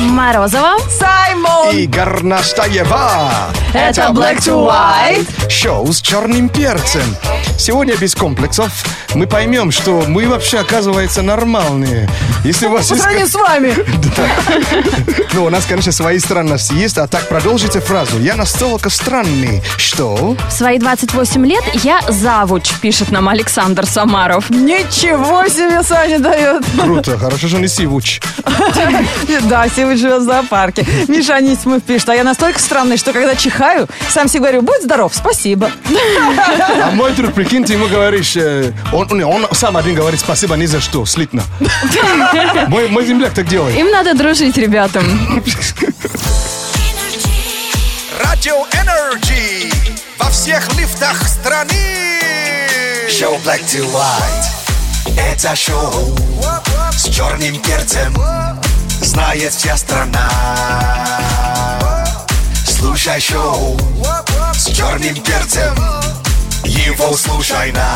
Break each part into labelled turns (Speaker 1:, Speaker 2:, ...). Speaker 1: Морозова.
Speaker 2: Саймон!
Speaker 3: И Горнаштаева.
Speaker 1: Это Black to White.
Speaker 3: Шоу с черным перцем. Сегодня без комплексов. Мы поймем, что мы вообще, оказывается, нормальные. Если у вас
Speaker 2: По
Speaker 3: есть...
Speaker 2: сравнению с вами.
Speaker 3: Ну, у нас, конечно, свои странности есть, а так продолжите фразу. Я настолько странный, что...
Speaker 1: В свои 28 лет я завуч, пишет нам Александр Самаров.
Speaker 2: Ничего себе Саня дает.
Speaker 3: Круто, хорошо, что не сивуч.
Speaker 2: Да, Сивыч живет в зоопарке. Миша Анисимов пишет, а я настолько странный, что когда чихаю, сам себе говорю, будь здоров, спасибо.
Speaker 3: А мой друг, прикинь, ты ему говоришь... э, он, не, он сам один говорит спасибо ни за что, слитно. Мой, мой земляк так делает.
Speaker 1: Им надо дружить, ребятам.
Speaker 4: Радио Энерджи во всех лифтах страны. Шоу Black to White. Это шоу с черным перцем. Знает вся страна. Слушай шоу с черным перцем. Его слушай на.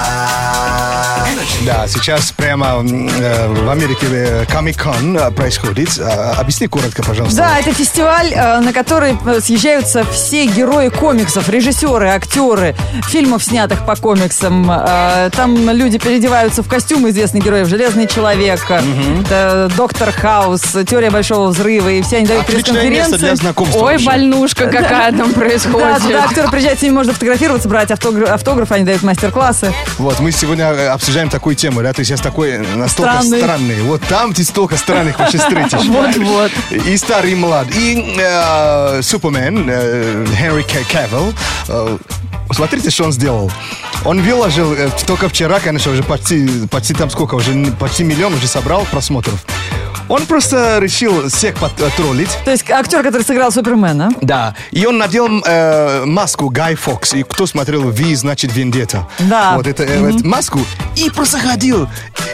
Speaker 3: Да, сейчас прямо м, э, в Америке э, Комик-кон э, происходит. А, Объясни коротко, пожалуйста.
Speaker 2: Да, это фестиваль, э, на который э, съезжаются все герои комиксов, режиссеры, актеры, фильмов, снятых по комиксам. Э, Там люди переодеваются в костюмы известных героев. Железный человек, э, э, Доктор Хаус, э, Теория Большого Взрыва. И все они дают
Speaker 3: Отличное место для
Speaker 2: пресс-конференции.
Speaker 3: знакомства.
Speaker 1: Ой,
Speaker 3: вообще.
Speaker 1: больнушка какая там
Speaker 2: Да,
Speaker 1: происходит.
Speaker 2: туда актеры приезжают, с ними можно фотографироваться, брать автограф, автографы, они дают мастер-классы.
Speaker 3: Вот, мы сегодня э, обсуждаем такую тему, да, ты сейчас такой э, настолько странный.
Speaker 2: Странный.
Speaker 3: Вот там ты столько странных вообще встретишь.
Speaker 1: Вот-вот.
Speaker 3: И старый, и млад. И э, Супермен, э, Henry К- Кавилл, э, смотрите, что он сделал. Он выложил э, только вчера, конечно, уже почти, почти там сколько, уже н- почти миллион уже собрал просмотров. Он просто решил всех потроллить.
Speaker 2: То есть актер, который сыграл Супермена.
Speaker 3: Да, и он надел э, маску Гай Фокс. И кто смотрел Ви, значит Вендетта.
Speaker 2: Да.
Speaker 3: Вот это, э, вот маску. И просто ходил.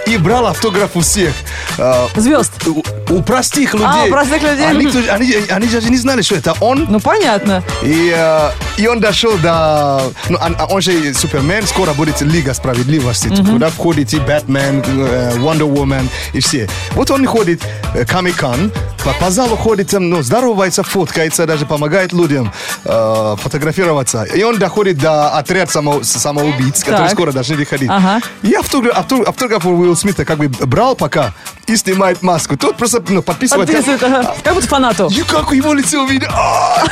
Speaker 3: И брал автограф у всех. Э,
Speaker 2: Звезд.
Speaker 3: у, у простых людей.
Speaker 2: А, у простых людей.
Speaker 3: Они, кто- они- они даже не знали, что это он.
Speaker 2: Ну, понятно.
Speaker 3: И, э, и он дошел до... Ну, он, он же Супермен, скоро будет Лига Справедливости, куда входит и Бэтмен, э, Wonder Woman и все. Вот он ходит, э, Камикан, по, по залу ходит, там, ну, здоровается, фоткается, даже помогает людям э, фотографироваться. И он доходит до отряд само, самоубийц, которые
Speaker 2: Так.
Speaker 3: скоро должны выходить.
Speaker 2: Ага.
Speaker 3: И автограф, автограф, автограф у Уилла Смита как бы брал пока и снимает маску. Тот просто ну, подписывает. как-
Speaker 2: Подписывает, ага. Как будто фанату.
Speaker 3: И как его лицо увидел. А!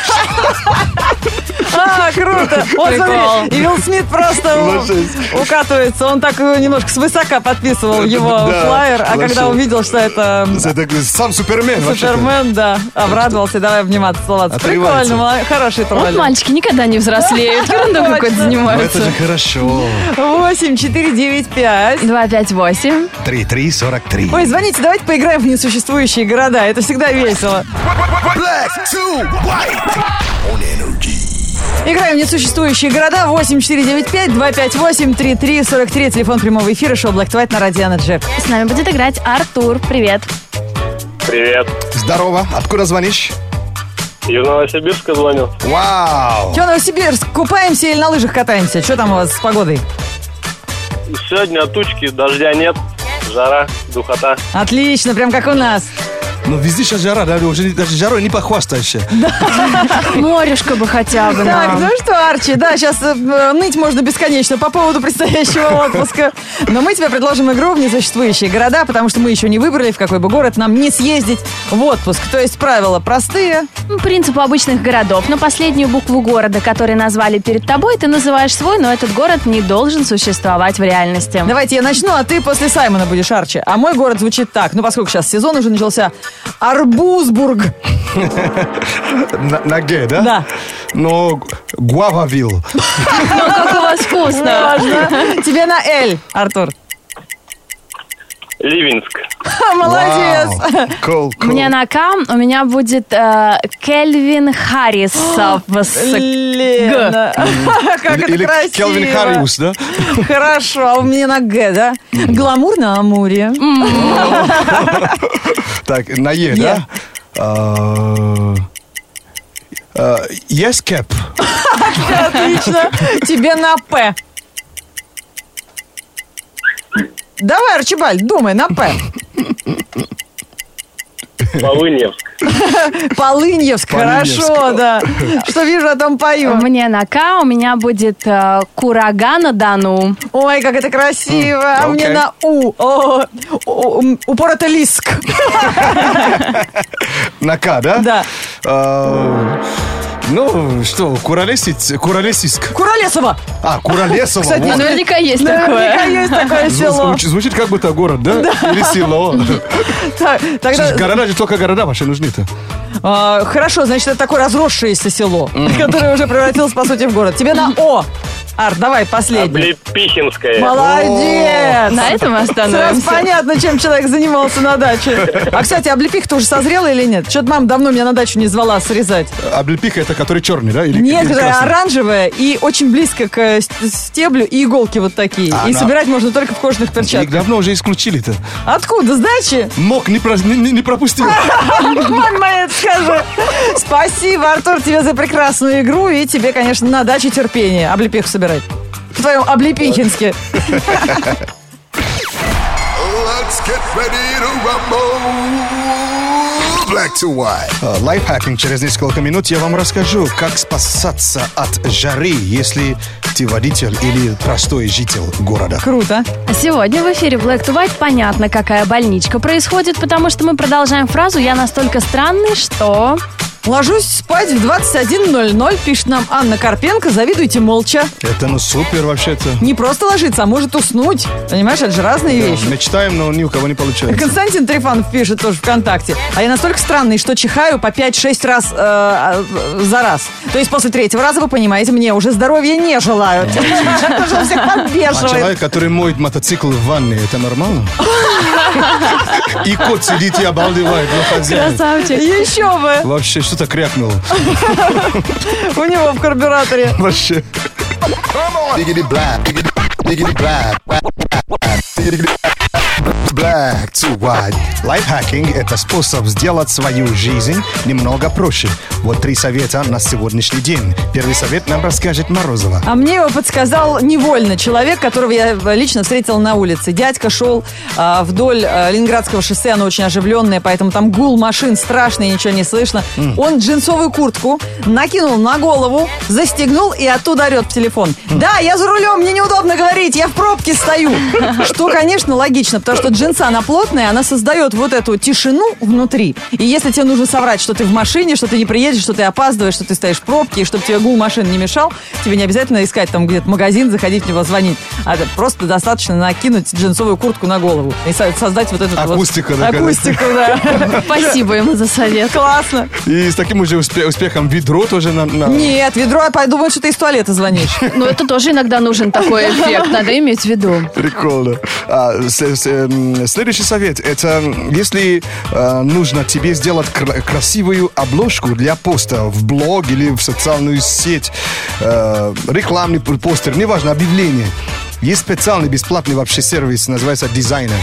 Speaker 2: А, круто! Вот
Speaker 1: Прикол.
Speaker 2: смотри, и Вилл Смит просто
Speaker 3: Ложись.
Speaker 2: у- укатывается. Он так э, немножко свысока подписывал его
Speaker 3: Да,
Speaker 2: флаер, а когда
Speaker 3: ложись.
Speaker 2: увидел, что это
Speaker 3: Это э, сам Супермен. вообще-то.
Speaker 2: Супермен, да, обрадовался, давай обниматься, целоваться.
Speaker 3: Отрывается.
Speaker 2: Прикольно, мол- хороший
Speaker 1: Вот
Speaker 2: тролль.
Speaker 1: мальчики никогда не взрослеют, ерундой
Speaker 2: Точно.
Speaker 1: какой-то занимаются.
Speaker 3: хорошо.
Speaker 2: 8, 4, 9, 5.
Speaker 1: 258.
Speaker 3: 3343.
Speaker 2: Ой, звоните, давайте поиграем в несуществующие города. Это всегда весело.
Speaker 4: Black to White. On Energy.
Speaker 2: Играем в несуществующие города. 8, 4, 9, 5, 2, 5, 8, 3, 3, 43. Телефон прямого эфира. Шоу Black to White» на радио Energy.
Speaker 1: С нами будет играть Артур. Привет.
Speaker 5: Привет.
Speaker 3: Здорово. Откуда звонишь?
Speaker 5: Из Новосибирска звоню.
Speaker 3: Вау.
Speaker 2: Че, Новосибирск, купаемся или на лыжах катаемся? Что там у вас с погодой?
Speaker 5: Сегодня тучки, дождя нет, жара, духота.
Speaker 2: Отлично, прям как у нас.
Speaker 3: Ну, везде сейчас жара, да? Уже даже жарой не похвастаешься.
Speaker 1: Морюшка бы хотя бы
Speaker 2: Так,
Speaker 1: нам.
Speaker 2: ну что, Арчи, да, сейчас э, э, ныть можно бесконечно по поводу предстоящего отпуска. Но мы тебе предложим игру в несуществующие города, потому что мы еще не выбрали, в какой бы город нам не съездить в отпуск. То есть правила простые.
Speaker 1: Ну, Принцип обычных городов. Но последнюю букву города, который назвали перед тобой, ты называешь свой, но этот город не должен существовать в реальности.
Speaker 2: Давайте я начну, а ты после Саймона будешь, Арчи. А мой город звучит так. Ну, поскольку сейчас сезон уже начался. Арбузбург.
Speaker 3: На, ноге, да?
Speaker 2: Да.
Speaker 3: Но Гуававил.
Speaker 1: Как у вас вкусно.
Speaker 2: Тебе на Эль, Артур.
Speaker 5: Ливинск.
Speaker 2: Ха, Молодец.
Speaker 3: Кол, кол.
Speaker 1: Мне на К, у меня будет э, Кельвин Харрисов. с-
Speaker 2: Лена. Как это
Speaker 3: Или
Speaker 2: красиво.
Speaker 3: Келвин Харриус, да?
Speaker 2: Хорошо, а у меня на Г, да? Гламур на Амуре.
Speaker 3: Так, на Е, да? А, а, Yes, Cap.
Speaker 2: Отлично. Тебе на П. Давай, Арчибальд, думай, на П.
Speaker 5: Полыневск.
Speaker 2: Полыньевск, хорошо, да. Что вижу, о том пою.
Speaker 1: Мне на К, у меня будет э, Курагана Дану.
Speaker 2: Ой, как это красиво. А
Speaker 3: окей.
Speaker 2: мне на У. О, у- м, Упоротолиск.
Speaker 3: На К, да?
Speaker 2: Да.
Speaker 3: Э, Ну, что, Куралесиц, Куралесиск.
Speaker 2: Куролесово.
Speaker 3: А, Куралесово.
Speaker 2: Кстати,
Speaker 3: вот.
Speaker 2: ну,
Speaker 1: Наверняка есть
Speaker 2: Наверняка
Speaker 1: такое.
Speaker 2: есть такое
Speaker 3: Зву-
Speaker 2: село.
Speaker 3: звучит- Звучит как будто город, да? Или село.
Speaker 2: Так, тогда-
Speaker 3: Города же только города ваши нужны-то.
Speaker 2: А, Хорошо, значит, это такое разросшееся село, которое уже превратилось, по сути, в город. Тебе на О. Ар, давай, последний.
Speaker 5: Облепихинская.
Speaker 2: Молодец!
Speaker 1: На этом мы
Speaker 2: Сразу
Speaker 1: остановимся.
Speaker 2: понятно, чем человек занимался на даче. А, кстати, облепиха-то уже созрела или нет? Что-то мама давно меня на дачу не звала срезать.
Speaker 3: Облепиха это который черный, да? Или-
Speaker 2: Нет,
Speaker 3: или
Speaker 2: же,
Speaker 3: красный?
Speaker 2: оранжевая и очень близко к э, с- стеблю, и иголки вот такие.
Speaker 3: А,
Speaker 2: и
Speaker 3: да.
Speaker 2: собирать можно только в кожаных
Speaker 3: Их
Speaker 2: перчатках.
Speaker 3: давно уже исключили-то.
Speaker 2: Откуда? С дачи?
Speaker 3: Мог не, про- не- не- не пропустил. А,
Speaker 2: Мама моя, это скажи. Спасибо, Артур, тебе за прекрасную игру и тебе, конечно, на даче терпение облепиху собирать. В твоем облепихинске.
Speaker 4: Let's get ready to rumble. Black to white.
Speaker 3: Э, Лайфхакинг через несколько минут я вам расскажу, как спасаться от жары, если ты водитель или простой житель города.
Speaker 2: Круто.
Speaker 1: А Сегодня в эфире Black to White понятно, какая больничка происходит, потому что мы продолжаем фразу «Я настолько странный, что...»
Speaker 2: Ложусь спать в 21.00, пишет нам Анна Карпенко. Завидуйте молча.
Speaker 3: Это ну супер вообще-то.
Speaker 2: Не просто ложиться, а может уснуть. Понимаешь, это же разные вещи.
Speaker 3: Мечтаем, но ни у кого не получается.
Speaker 2: Константин Трифанов пишет тоже ВКонтакте. А я настолько странный, что чихаю по 5-6 раз э, э, за раз. То есть после третьего раза, вы понимаете, мне уже здоровья не желают. Это же всех
Speaker 3: А
Speaker 2: подбешивает.
Speaker 3: человек, который моет мотоцикл в ванной, это нормально? И кот сидит и обалдевает на хозяина.
Speaker 1: Красавчик.
Speaker 2: Еще бы!
Speaker 3: Вообще, что-то крякнул.
Speaker 2: У него в карбюраторе.
Speaker 3: Вообще.
Speaker 4: Diggity black. Diggity, diggity black. black, black, Diggity black, black to white.
Speaker 3: Лайфхакинг – это способ сделать свою жизнь немного проще. Вот три совета на сегодняшний день. Первый совет нам расскажет Морозова.
Speaker 2: А мне его подсказал невольно человек, которого я лично встретила на улице. Дядька шел а, вдоль а, Ленинградского шоссе, оно очень оживленное, поэтому там гул машин страшный, ничего не слышно. Он джинсовую куртку накинул на голову, застегнул и оттуда орет в телефон. Да, я за рулем, мне неудобно говорить, я в пробке стою. Что, конечно, логично, потому что джинса, она плотная, она создает вот эту тишину внутри. И если тебе нужно соврать, что ты в машине, что ты не приедешь, что ты опаздываешь, что ты стоишь в пробке, и чтобы тебе гул машин не мешал, тебе не обязательно искать там где-то магазин, заходить в него, звонить. А да, просто достаточно накинуть джинсовую куртку на голову и со- создать вот эту вот-
Speaker 3: Акустику, да,
Speaker 2: акустику, да.
Speaker 1: Спасибо ему за совет.
Speaker 2: Классно.
Speaker 3: И с таким уже успе- успехом ведро тоже на... на-
Speaker 2: Нет, ведро, я подумаю, что ты из туалета звонишь.
Speaker 1: Ну, это тоже иногда нужен такой эффект, надо иметь в виду.
Speaker 3: Прикольно. А, с- с- эм, следующий совет. Это если э, нужно тебе сделать кра- красивую обложку для поста в блог или в социальную сеть, э, рекламный п- постер, неважно, объявление. Есть специальный бесплатный вообще сервис, называется дизайнер.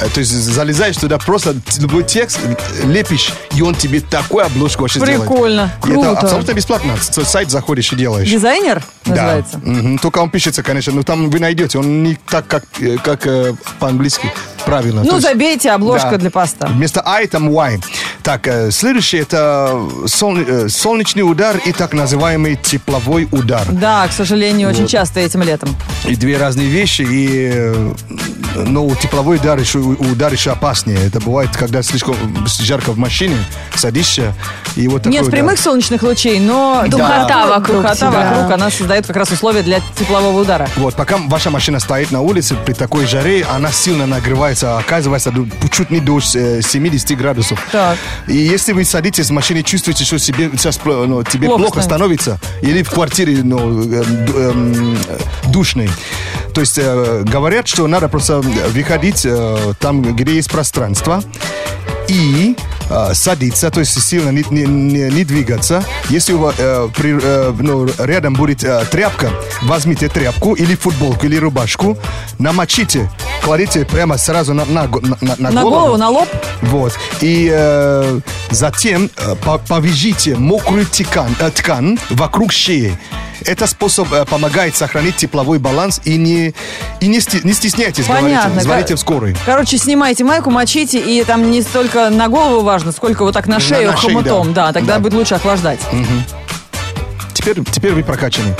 Speaker 3: Э, То есть залезаешь туда, просто т- любой текст лепишь, и он тебе такую обложку вообще
Speaker 2: Прикольно,
Speaker 3: сделает. И это
Speaker 2: круто.
Speaker 3: абсолютно бесплатно. С- Сайт заходишь и делаешь.
Speaker 2: Дизайнер
Speaker 3: Да.
Speaker 2: называется?
Speaker 3: Мгм. Только он пишется, конечно, но там вы найдете. Он не так, как, э, как э, по-английски. Правильно. То
Speaker 2: Ну,
Speaker 3: есть-
Speaker 2: забейте обложка
Speaker 3: Да.
Speaker 2: для поста.
Speaker 3: Вместо I там Y. Так, э, следующее это солн- э, солнечный удар и так называемый тепловой удар.
Speaker 2: Да, к сожалению, очень часто этим летом.
Speaker 3: И две разные вещи, и... э, Ну, тепловой удар еще, удар еще опаснее. Это бывает, когда слишком жарко в машине, садишься, и вот такой
Speaker 2: Нет
Speaker 3: удар.
Speaker 2: прямых солнечных лучей, но
Speaker 1: Духота вокруг
Speaker 2: Ну, Духота
Speaker 1: тебя.
Speaker 2: вокруг, она создает как раз условия для теплового удара.
Speaker 3: Вот, пока ваша машина стоит на улице, при такой жаре она сильно нагревается, а оказывается ду- чуть не до э, 70 градусов.
Speaker 2: Так.
Speaker 3: И если вы садитесь в машине, чувствуете, что себе, сейчас, пл- ну, тебе
Speaker 2: Плохо
Speaker 3: плохо, становится, или в квартире ну, э, ду- эм, э, душной, то есть э, говорят, что надо просто выходить э, там, где есть пространство, и э, садиться, то есть сильно не, не- не- не двигаться. Если у вас э, при- э, ну, рядом будет э, тряпка, возьмите тряпку или футболку или рубашку, намочите, кладите прямо сразу на, на го- на- на- на
Speaker 2: На голову, на лоб.
Speaker 3: Вот. И э, затем э, по- повяжите мокрую тикан- э, ткань вокруг шеи. Это способ э, помогает сохранить тепловой баланс и не, и не, сти- не стесняйтесь,
Speaker 2: Понятно.
Speaker 3: говорите. Звоните в скорую.
Speaker 2: Короче, снимайте майку, мочите, и там не столько на голову важно, сколько вот так на шею
Speaker 3: на шею,
Speaker 2: хомутом. Да,
Speaker 3: да.
Speaker 2: тогда
Speaker 3: Да.
Speaker 2: будет лучше охлаждать.
Speaker 3: Теперь, теперь вы прокачаны.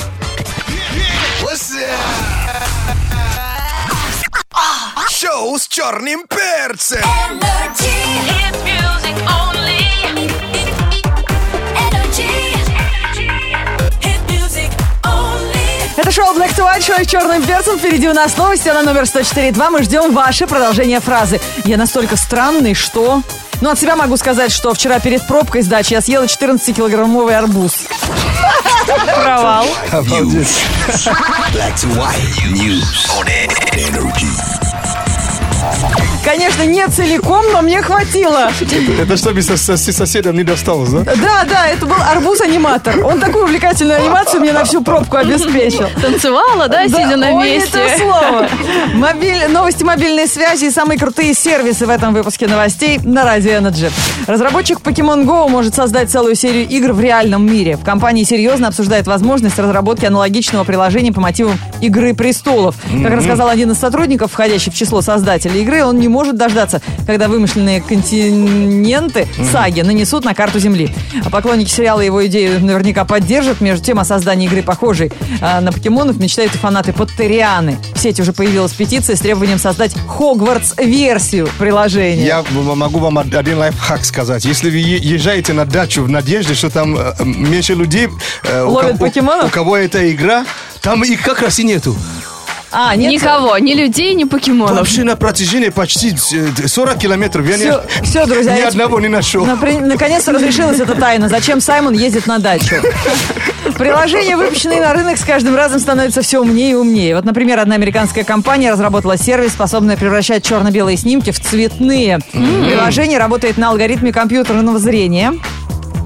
Speaker 4: Шоу с черным перцем.
Speaker 6: Hits music only. Energy. Hit music only.
Speaker 2: Это шоу Black to White, шоу с черным перцем. Впереди у нас новости, она номер 104.2. Мы ждем ваше продолжение фразы. Я настолько странный, что... Ну, от себя могу сказать, что вчера перед пробкой с дачи я съела 14-килограммовый арбуз. Провал.
Speaker 3: Обалдеть.
Speaker 4: Black to white news on energy.
Speaker 2: Конечно, не целиком, но мне хватило.
Speaker 3: Это чтобы со- со- со- соседям не досталось, да?
Speaker 2: Да, да, это был арбуз-аниматор. Он такую увлекательную анимацию мне на всю пробку обеспечил.
Speaker 1: Танцевала, да, сидя на
Speaker 2: ой, не то
Speaker 1: месте?
Speaker 2: слово. Мобиль- Новости мобильной связи и самые крутые сервисы в этом выпуске новостей на Радио Energy. Разработчик Pokemon Go может создать целую серию игр в реальном мире. В компании серьезно обсуждает возможность разработки аналогичного приложения по мотивам «Игры престолов». Как рассказал один из сотрудников, входящий в число создателей игры, он не может дождаться, когда вымышленные континенты саги нанесут на карту Земли. А поклонники сериала его идею наверняка поддержат. Между тем, о создании игры, похожей а, на покемонов, мечтают и фанаты Поттерианы. В сети уже появилась петиция с требованием создать Хогвартс-версию приложения.
Speaker 3: Я в- могу вам од- один лайфхак сказать. Если вы е- езжаете на дачу в надежде, что там э, м, меньше людей, э, у
Speaker 2: Ловят
Speaker 3: кого-
Speaker 2: покемонов?
Speaker 3: у кого эта игра, там их как раз и нету.
Speaker 2: А, нет,
Speaker 1: Никого, ни людей, ни покемонов.
Speaker 3: Вообще на протяжении почти э, 40 километров я
Speaker 2: Все,
Speaker 3: ни,
Speaker 2: все, друзья.
Speaker 3: ни
Speaker 2: я теперь-
Speaker 3: одного не нашел.
Speaker 2: Напри- Наконец-то разрешилась эта тайна. Зачем Саймон ездит на дачу? Приложения, выпущенные на рынок, с каждым разом становятся все умнее и умнее. Вот, например, одна американская компания разработала сервис, способный превращать черно-белые снимки в цветные. Приложение работает на алгоритме компьютерного зрения.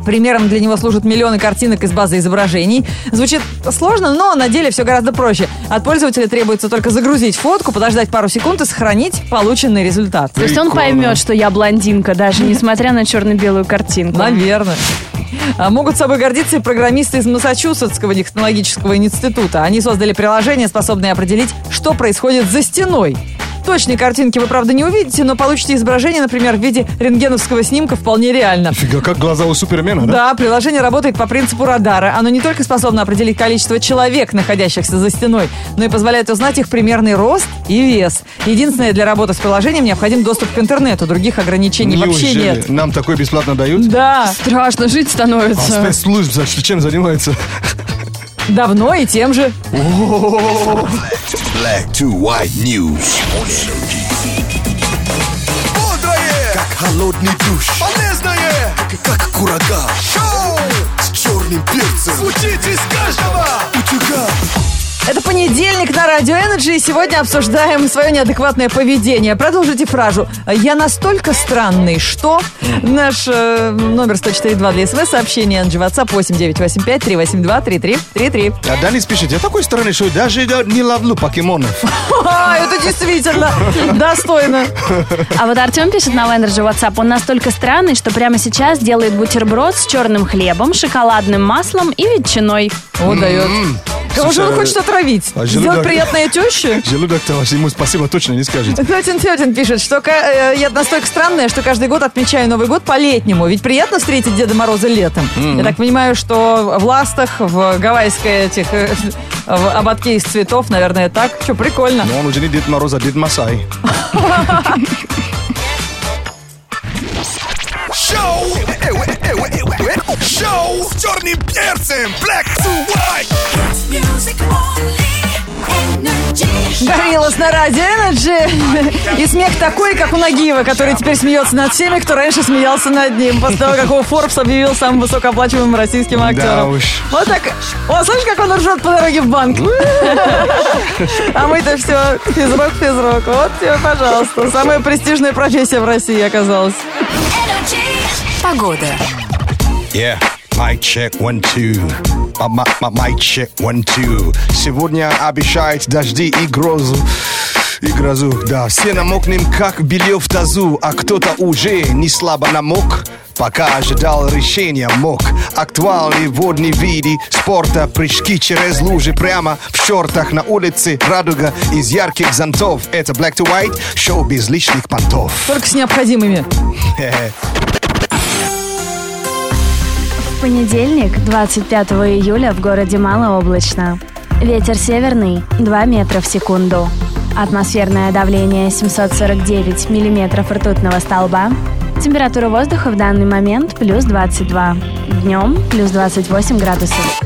Speaker 2: Примером для него служат миллионы картинок из базы изображений. Звучит сложно, но на деле все гораздо проще. От пользователя требуется только загрузить фотку, подождать пару секунд и сохранить полученный результат.
Speaker 1: То есть он
Speaker 3: Прикольно.
Speaker 1: поймет, что я блондинка, даже несмотря на черно-белую картинку.
Speaker 2: Наверное. А Могут собой гордиться и программисты из Массачусетского технологического института. Они создали приложение, способное определить, что происходит за стеной. Точной картинки вы, правда, не увидите, но получите изображение, например, в виде рентгеновского снимка вполне реально.
Speaker 3: Фига, как глаза у Супермена, да?
Speaker 2: Да, приложение работает по принципу радара. Оно не только способно определить количество человек, находящихся за стеной, но и позволяет узнать их примерный рост и вес. Единственное, для работы с приложением необходим доступ к интернету. Других ограничений вообще
Speaker 3: Неужели
Speaker 2: нет.
Speaker 3: Нам такое бесплатно дают?
Speaker 2: Да.
Speaker 1: Страшно жить становится.
Speaker 3: Спецслужб, за- чем занимается?
Speaker 2: Давно и тем же.
Speaker 4: Black to white news on energy. Бодрое, как холодный душ. Полезное, как ураган. Шоу с черным перцем. Звучит из каждого утюга.
Speaker 2: Это понедельник на Радио Energy, и сегодня обсуждаем свое неадекватное поведение. Продолжите фразу «Я настолько странный, что...» Наш э, номер 104.2 для СВ, сообщение Энджи WhatsApp 8985-382-3333.
Speaker 3: А Данис пишет, я такой странный, что даже да, не ловлю покемонов.
Speaker 2: А, это действительно достойно.
Speaker 1: А вот Артем пишет на Вайнерже WhatsApp, он настолько странный, что прямо сейчас делает бутерброд с черным хлебом, шоколадным маслом и ветчиной.
Speaker 2: О, дает. Кого же он
Speaker 3: Слушай,
Speaker 2: хочет отравить?
Speaker 3: а
Speaker 2: Сделать
Speaker 3: желудок-
Speaker 2: приятные тещи?
Speaker 3: Желудок-то ваш ему спасибо точно не скажет.
Speaker 2: Тетин Тетин Ну, пишет, что ка- э, я настолько странная, что каждый год отмечаю Новый год по-летнему. Ведь приятно встретить Деда Мороза летом. Я так понимаю, что в ластах, в гавайской этих э, в ободке из цветов, наверное, так. Что, прикольно.
Speaker 3: Но он уже не Дед Мороз, а Дед Масай.
Speaker 4: Шоу, э, э, э, э, э, э, шоу с черным перцем. Black to white.
Speaker 6: Hits music only. Energy.
Speaker 2: Гориллас на радио Energy. И смех такой, как у Нагиева, который теперь смеется над всеми, кто раньше смеялся над ним. После того, как его Forbes объявил самым высокооплачиваемым российским актером.
Speaker 3: уж.
Speaker 2: Вот так. О, слышишь, как он ржет по дороге в банк? А мы-то все физрук, физрук. Вот тебе, пожалуйста. Самая престижная профессия в России оказалась.
Speaker 6: Energy.
Speaker 3: Yeah, my check one two. My, my, my, my check one two. Сегодня обещает дожди и грозу. и грозу. Да, все намокнем, как белье в тазу, а кто-то уже не слабо намок. Пока ожидал решения мог Актуальные водные виды спорта Прыжки через лужи прямо в шортах На улице радуга из ярких зонтов Это Black to White, шоу без лишних понтов
Speaker 2: Только с необходимыми.
Speaker 1: В понедельник, 25 июля, в городе Малооблачно. Ветер северный 2 метра в секунду. Атмосферное давление 749 миллиметров ртутного столба. Температура воздуха в данный момент плюс 22. Днем плюс 28 градусов.